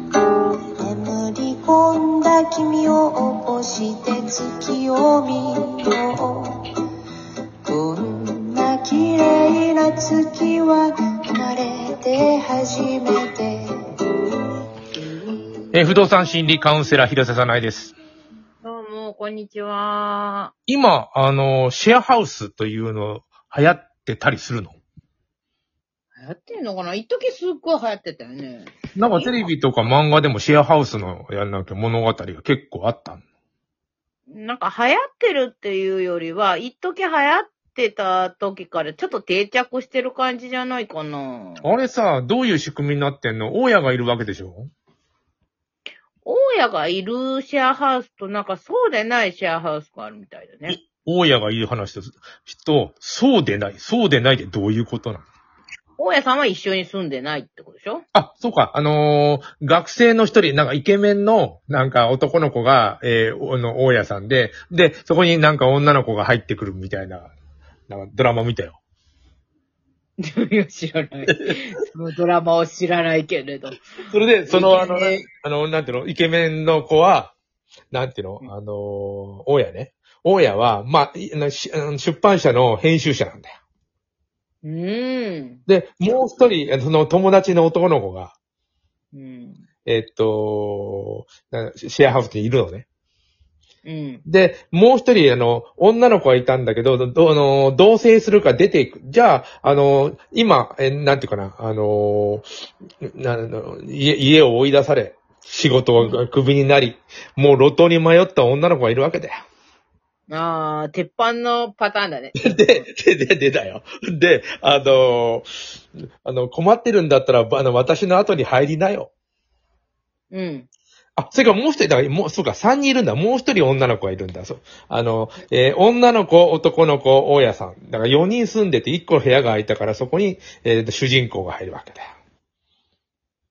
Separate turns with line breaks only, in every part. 眠り込んだ君を起こして月を見ようこんな綺麗な月は慣れて初めて
えー不動産心理カウンセラー、平瀬さないです。
どうも、こんにちは。
今、あのー、シェアハウスというの流行ってたりするの
流行ってんのかな一時すっごい流行ってたよね。
なんかテレビとか漫画でもシェアハウスのやんなきゃ物語が結構あったの
なんか流行ってるっていうよりは、一時流行ってた時からちょっと定着してる感じじゃないかな。
あれさ、どういう仕組みになってんの大家がいるわけでしょ
大家がいるシェアハウスとなんかそうでないシェアハウスがあるみたいだね。
大家がいる話と、人、そうでない、そうでないってどういうことなの
大家さんは一緒に住んでないってことでしょ
あ、そうか、あのー学生の一人、なんかイケメンの、なんか男の子が、えーおあの、大家さんで、で、そこになんか女の子が入ってくるみたいな、なんかドラマ見たよ。
いや、知ら ない。そのドラマを知らないけれど。
それで、そ
イ
の、
ケ
あの、
メン
ねあの、なんていうの、イケメンの子は、なんていうの
う、ん
あのー、大家ね。大家は、まあいあの、しあの出版社の編集者なんだよ。
うーん。
で、もう一人、あのその友達の男の子が、
うん。
えっと、なシェアハウスにいるのね。
うん。
で、もう一人、あの、女の子がいたんだけど、どどあの同棲するか出ていく。じゃあ、あの、今、えなんていうかな、あの、なあの家家を追い出され、仕事がクビになり、もう路頭に迷った女の子がいるわけだよ。
あー、鉄板のパターン だね。
で、で、で、でだよ。で、あの、あの、困ってるんだったら、あの、私の後に入りなよ。
うん。
あ、それからもう一人、だからもう、そうか、三人いるんだ。もう一人女の子がいるんだ。そう。あの、えー女の子、男の子、大家さん。だから4人住んでて1個部屋が空いたから、そこに、えー主人公が入るわけだよ。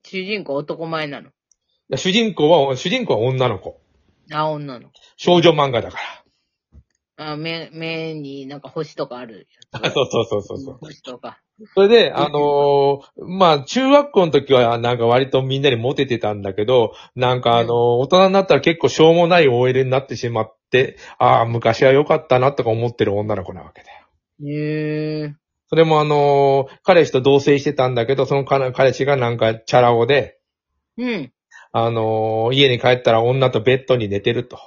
主人公男前なの。
いや主人公は、主人公は女の子。
あ、女の子。
少女漫画だか
あ目、目になんか星とかあるやつ。
ら。そうそう そうそうそう。
星とか。
それで、あのーまあ、中学校の時は、なんか割とみんなにモテてたんだけど、なんかあのー大人になったら結構しょうもない OL になってしまって、ああ、昔は良かったなとか思ってる女の子なわけだよ。
へえ。
それもあのー彼氏と同棲してたんだけど、その彼彼氏がなんかチャラ男で、
うん。
あのー家に帰ったら女とベッドに寝てると。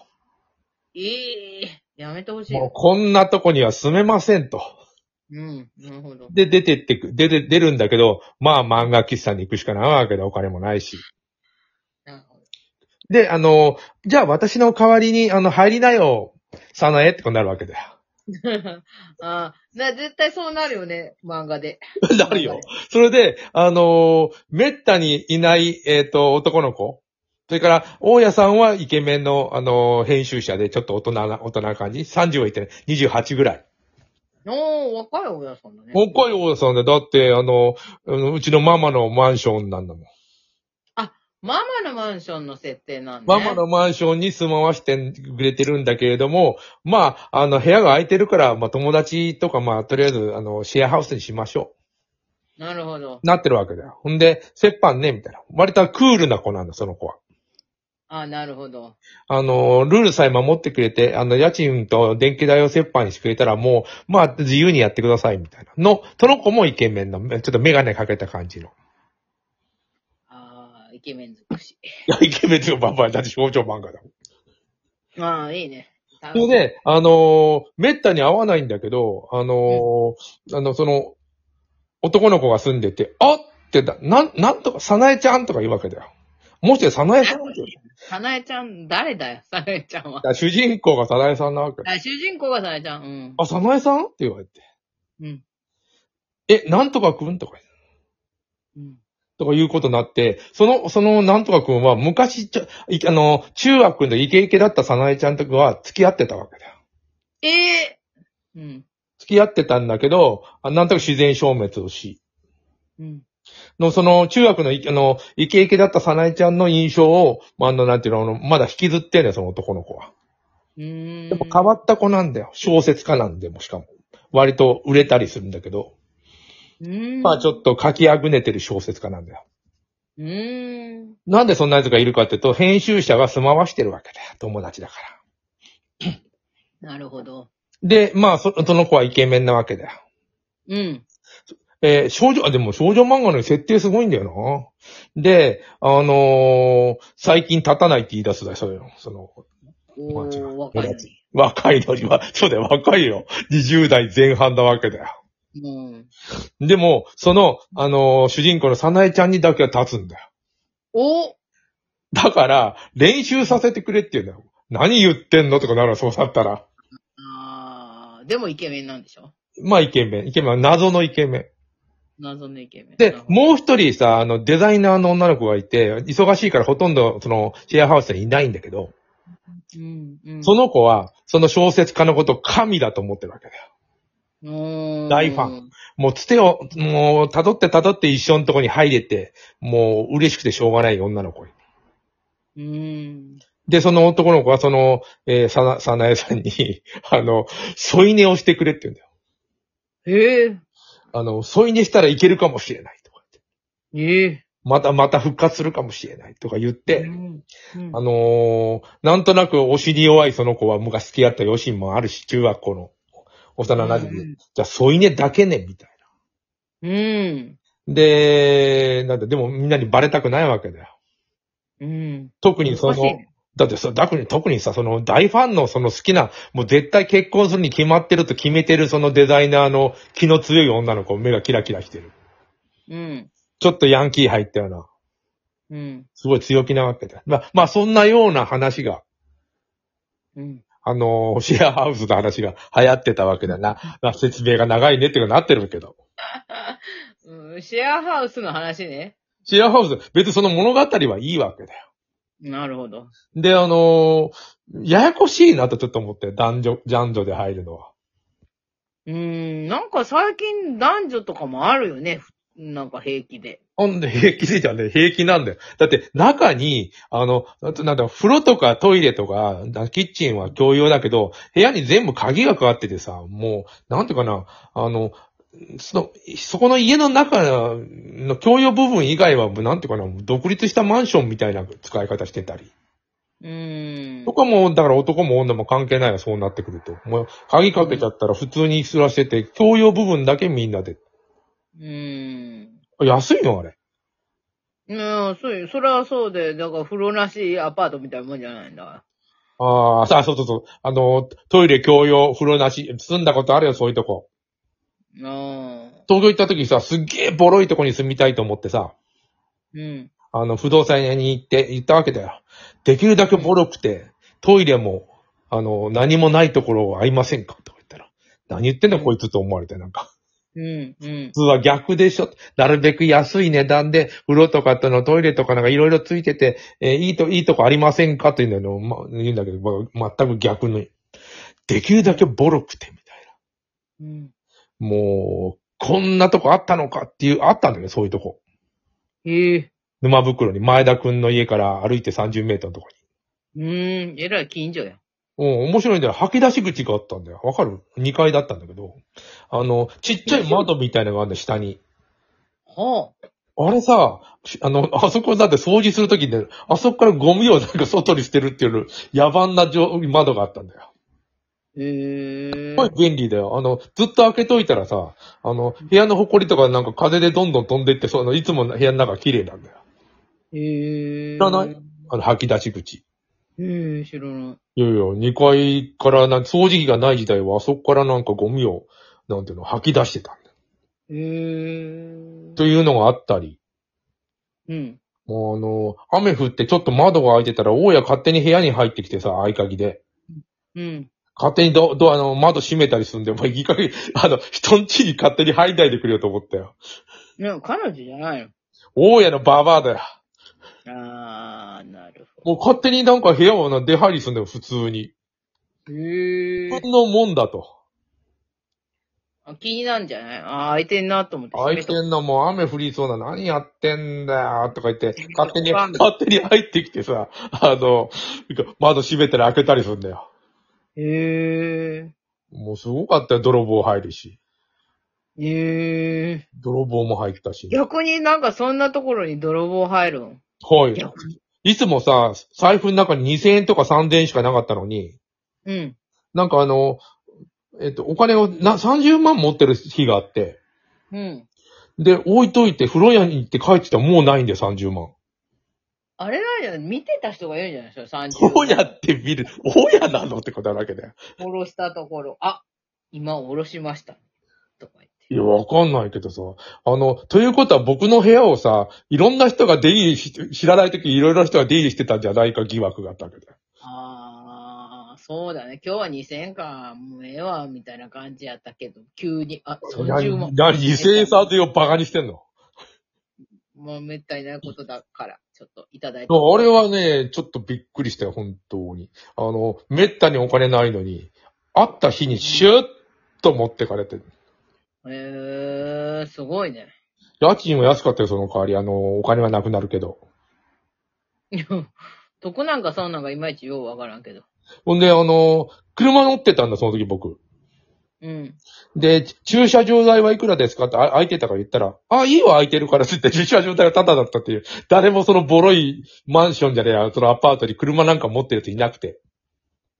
ええやめてほしい。
もうこんなとこには住めませんと。
うん。なるほど。
で、出てってく、出て、出るんだけど、まあ漫画喫茶に行くしかないわけでお金もないし。
なるほど。
で、あのーじゃあ私の代わりに、あの、入りなよ、さなえってことになるわけだよ。
あーな、絶対そうなるよね。漫画で。
なるよ。それで、あのー、めったにいない、えっ、と、男の子。それから、大家さんはイケメンの、あのー、編集者で、ちょっと大人な、大人な感じ。30はいってない。28ぐらい。
おー、若い大家さんだね。
若い大家さんで、だって、あのー、うんうちのママのマンションなんだもん。
ママのマンションの設定なんだ、
マ
ね。
マのマンションに住まわしてくれてるんだけれども、まあ、あの、部屋が空いてるから、まあ、友達とか、まあ、とりあえず、あの、シェアハウスにしましょ
なるほど。
う。なってるわけだよ。ほんで、折半ね、みたいな。割とクールな子なんだ、その子は。
あーなるほど。
あの、ルールさえ守ってくれて、あの、家賃と電気代を折半にしてくれたらもう、まあ、自由にやってください、みたいな。の、その子もイケメンの、ちょっとメガネかけた感じの。
あーイケメン尽くし。
いや、イケメンっていうか、バンバン、だって少女漫画だもん。
ああ、いいね。
それで、あのーめったに会わないんだけど、あのーあの、その、男の子が住んでて、あってだ、なん、なんとか、さなえちゃんとか言うわけだよ。もしさなえさんって言う
さなえちゃん、誰だよ、さなえちゃんは。
だから主人公がさなえさんなわけ。
あ主人公がさなえちゃん。うん。
あ、さなえさんって言われて。
うん。
え、なんとかくんとか言って
うん。
とかいうことになって、その、その、なんとかくんは、昔、ちょ、いあの、中学のイケイケだったさなえちゃんとかは付き合ってたわけだよ。
ええうん。
付き合ってたんだけど、あなんとか自然消滅をし、
うん。
の、その、中学のイ、あの、イケイケだったさなえちゃんの印象を、まああの、なんていうの、あのまだ引きずってんだよ、その男の子は。
うーん。
やっぱ変わった子なんだよ。小説家なんで、もしかも。割と売れたりするんだけど、
うん。
まあち
ょっ
ょっと書きあぐねてる小説家なんだよ。
と。うん。
なんでそんな奴がいるかっていうと、編集者が住まわしてるわけだよ。友達だから。
なるほど。
で、まあそ、その子はイケメンなわけだよ。
うん。
えー少女、あ、でも少女漫画の設定すごいんだよな。で、あのー最近立たないって言い出すだよ、そういうの。その、
お
友達が
ー、若いし。
若いのには、 そうだよ、若いよ。20代前半なわけだよ。
うん。
でも、その、あのー主人公のさなえちゃんにだけは立つんだよ。
お
だから、練習させてくれって言うんだよ。何言ってんのとかなら、そうだったら。
あー、でもイケメンなんでしょ
まあ、イケメン。イケメンは謎のイケメン。
謎のイケメン。な
で
る、ほど
もう一人さ、あの、デザイナーの女の子がいて、忙しいからほとんど、その、シェアハウスにいないんだけど、
うん、うん。
その子は、その小説家のことを神だと思ってるわけだよ。
の
大ファン。もう、つてを、もう、辿って辿って一緒のとこに入れて、もう、嬉しくてしょうがない女の子に。
うん。
で、その男の子は、その、えーさな、さなえさんに、 あの、添い寝をしてくれって言うんだよ。
へえ。
あの、添い寝したらいけるかもしれないとか言って。
ええ。
また、また復活するかもしれないとか言って、
うんうん
あのーなんとなくお尻弱いその子は昔付き合った両親もあるし、中学校の幼馴染で、
うん
じゃあ添い寝だけね、みたい
うん。
な。で、なんだ、でもみんなにバレたくないわけだよ。
うん。
特にそ
難しい
の
ね、
だってさ、特に、特にさ、その大ファンのその好きな、もう絶対結婚するに決まってると決めてるそのデザイナーの気の強い女の子、目がキラキラしてる。
うん。
ちょっとヤンキー入ったような、
うん。
すごい強気なわけだよ。まあ、まあそんなような話が、
うん。
あのー、シェアハウスの話が流行ってたわけだな。まあ説明が長いねっていうかなってるけど。
うんシェアハウスの話ね。
シェアハウス、別にその物語はいいわけだよ。
なるほど。
で、あのーややこしいなとちょっと思って、男女、男女で入るのは。
うん。なんか最近男女とかもあるよね。ふなんか平気で。
ほんで、平気でじゃね、平気なんだよ。だって、中に、あの、あとなんだ、風呂とかトイレとか、だキッチンは共用だけど、部屋に全部鍵がかかっててさ、もう、なんていうかな、あの、その、そこの家の中の共用部分以外は、もうなんていうかな、もう独立したマンションみたいな使い方してたり。
うん
そ。こはもう、だから男も女も関係ないわ、そうなってくると。もう、鍵かけちゃったら普通にすらしてて、共用部分だけみんなで。
うん。
安いのあれ。
うん、そうよ。それはそうで、だから風呂なしアパートみたいなもんじゃないんだから。
ああ、さあ、そうそうそう。あの、トイレ共用、風呂なし、住んだことあるよ、そういうとこ。
うん。
東京行った時さ、すっげえボロいとこに住みたいと思ってさ、
うん。
あの、不動産屋に行って、行ったわけだよ。できるだけボロくて、トイレも、あの、何もないところは合いませんかとか言ったら、何言ってんだこいつと思われて、なんか。
うん。うん
普。通は逆でしょ。なるべく安い値段で、風呂とかとのトイレとかなんかいろいろついてて、えーいいと、いいとこありませんかっていうのを、ま、言うんだけど、ま全く逆に。できるだけボロくて、みたい
うん。
な。もう、こんなとこあったのかっていう、あったんだよね、そういうとこ。
ええ。
沼袋に前田くんの家から歩いて30メートルのとこ
うん。えらい近所や。
に。うん、面白いんだよ。吐き出し口があったんだよ。わかる ?2 階だったんだけど。あの、ちっちゃい窓みたいなのがあるんだよ、下に。
はあ。
あれさ、しあの、あそこだって掃除するときに、あそこからゴミをなんか外に捨てるっていう野蛮な状窓があったんだよ。
へえ
す。ごい便利だよ。あの、ずっと開けといたらさ、あの、部屋の埃とかなんか風でどんどん飛んでって、その、いつもの部屋の中綺麗なんだよ。
へえ。
知らないあの、吐き出し口。
へえ、知らない。
いやいや、2階からなん、掃除機がない時代はあそこからなんかゴミを、なんていうの、吐き出してたんだよ。
へえ。
というのがあったり、
うん。
もうあの、雨降ってちょっと窓が開いてたら、大家勝手に部屋に入ってきてさ、合鍵で。
うん。
勝手にド、ドアの窓閉めたりするんで、もういい加減、あの、人ん家に勝手に入んないでくれよと思ったよ。
いや、彼女じゃないの。
大家のババアだよ。
あー、なるほ
もう勝手になんか部屋をな出入りするんだよ、普通に。
ど。へ
自
ー
分のもんだと。
あ気になんじゃないあー、開いてんなと思って。
開いてんのもう雨降りそうな、何やってんだよ、とか言って、勝手に、
わかんない
勝手に入ってきてさ、あの、窓閉めたら開けたりするんだよ。
へー。
もうすごかったよ、泥棒入るし。
ええ
泥棒も入ったし。
逆になんかそんなところに泥棒入るん
はい。
逆に。
いつもさ、財布の中に2000円とか3000円しかなかったのに、
うん。
なんかあの、えっと、お金をな30万持ってる日があって、
うん。
で、置いといて、風呂屋に行って帰ってきたらもうないんだよ、30万。
あれなんじゃない見てた人がいるんじゃないですか ?30
どうやって見る親なのってことだらけだよ。
下ろしたところ、あ、今下ろしました。とか言って。
いや、わかんないけどさ。あの、ということは僕の部屋をさ、いろんな人が出入りし、知らないときいろいろな人が出入りしてたんじゃないか疑惑があったわけだよ。
ああ、そうだね。今日は2000円か。もうええわ、みたいな感じやったけど、急に、あ、
そりゃ、
30万。
何、異性差でをバカにしてんの
もうめったにないことだから、ちょっといただいて。
あれはね、ちょっとびっくりしたよ、本当に。あの、めったにお金ないのに、会った日にシュッと持ってかれて。
えー、すごいね。
家賃は安かったよ、その代わり。あの、お金はなくなるけど。
どこなんかそんなんがいまいちようわからんけど。
ほんで、あの、車乗ってたんだ、その時僕。
うん。
で、駐車場代はいくらですかって、あ空いてたから言ったら、あ、いいわ、空いてるからって言って、駐車場代はタダだったっていう。誰もそのボロいマンションじゃねえや、そのアパートに車なんか持ってる人いなくて。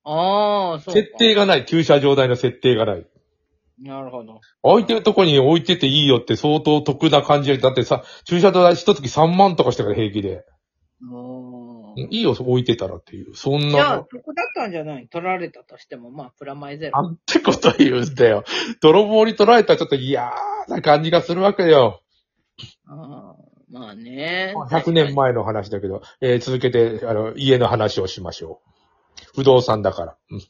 ああ、そうか。
設定がない、駐車場代の設定がない。
なるほど。
空いてるとこに置いてていいよって相当得な感じで、だってさ、駐車場代一月3万とかしてから平気で。
おー
いいよ、置いてたらっていう。そん
じゃあ、
な、
得だったんじゃない取られたとしても、まあ、プラマイゼロ。
なんてこと言うんだよ。泥棒に取られたらちょっと嫌な感じがするわけよ。
あーまあね。
100年前の話だけど、えー続けて、あの、家の話をしましょう。不動産だから。うん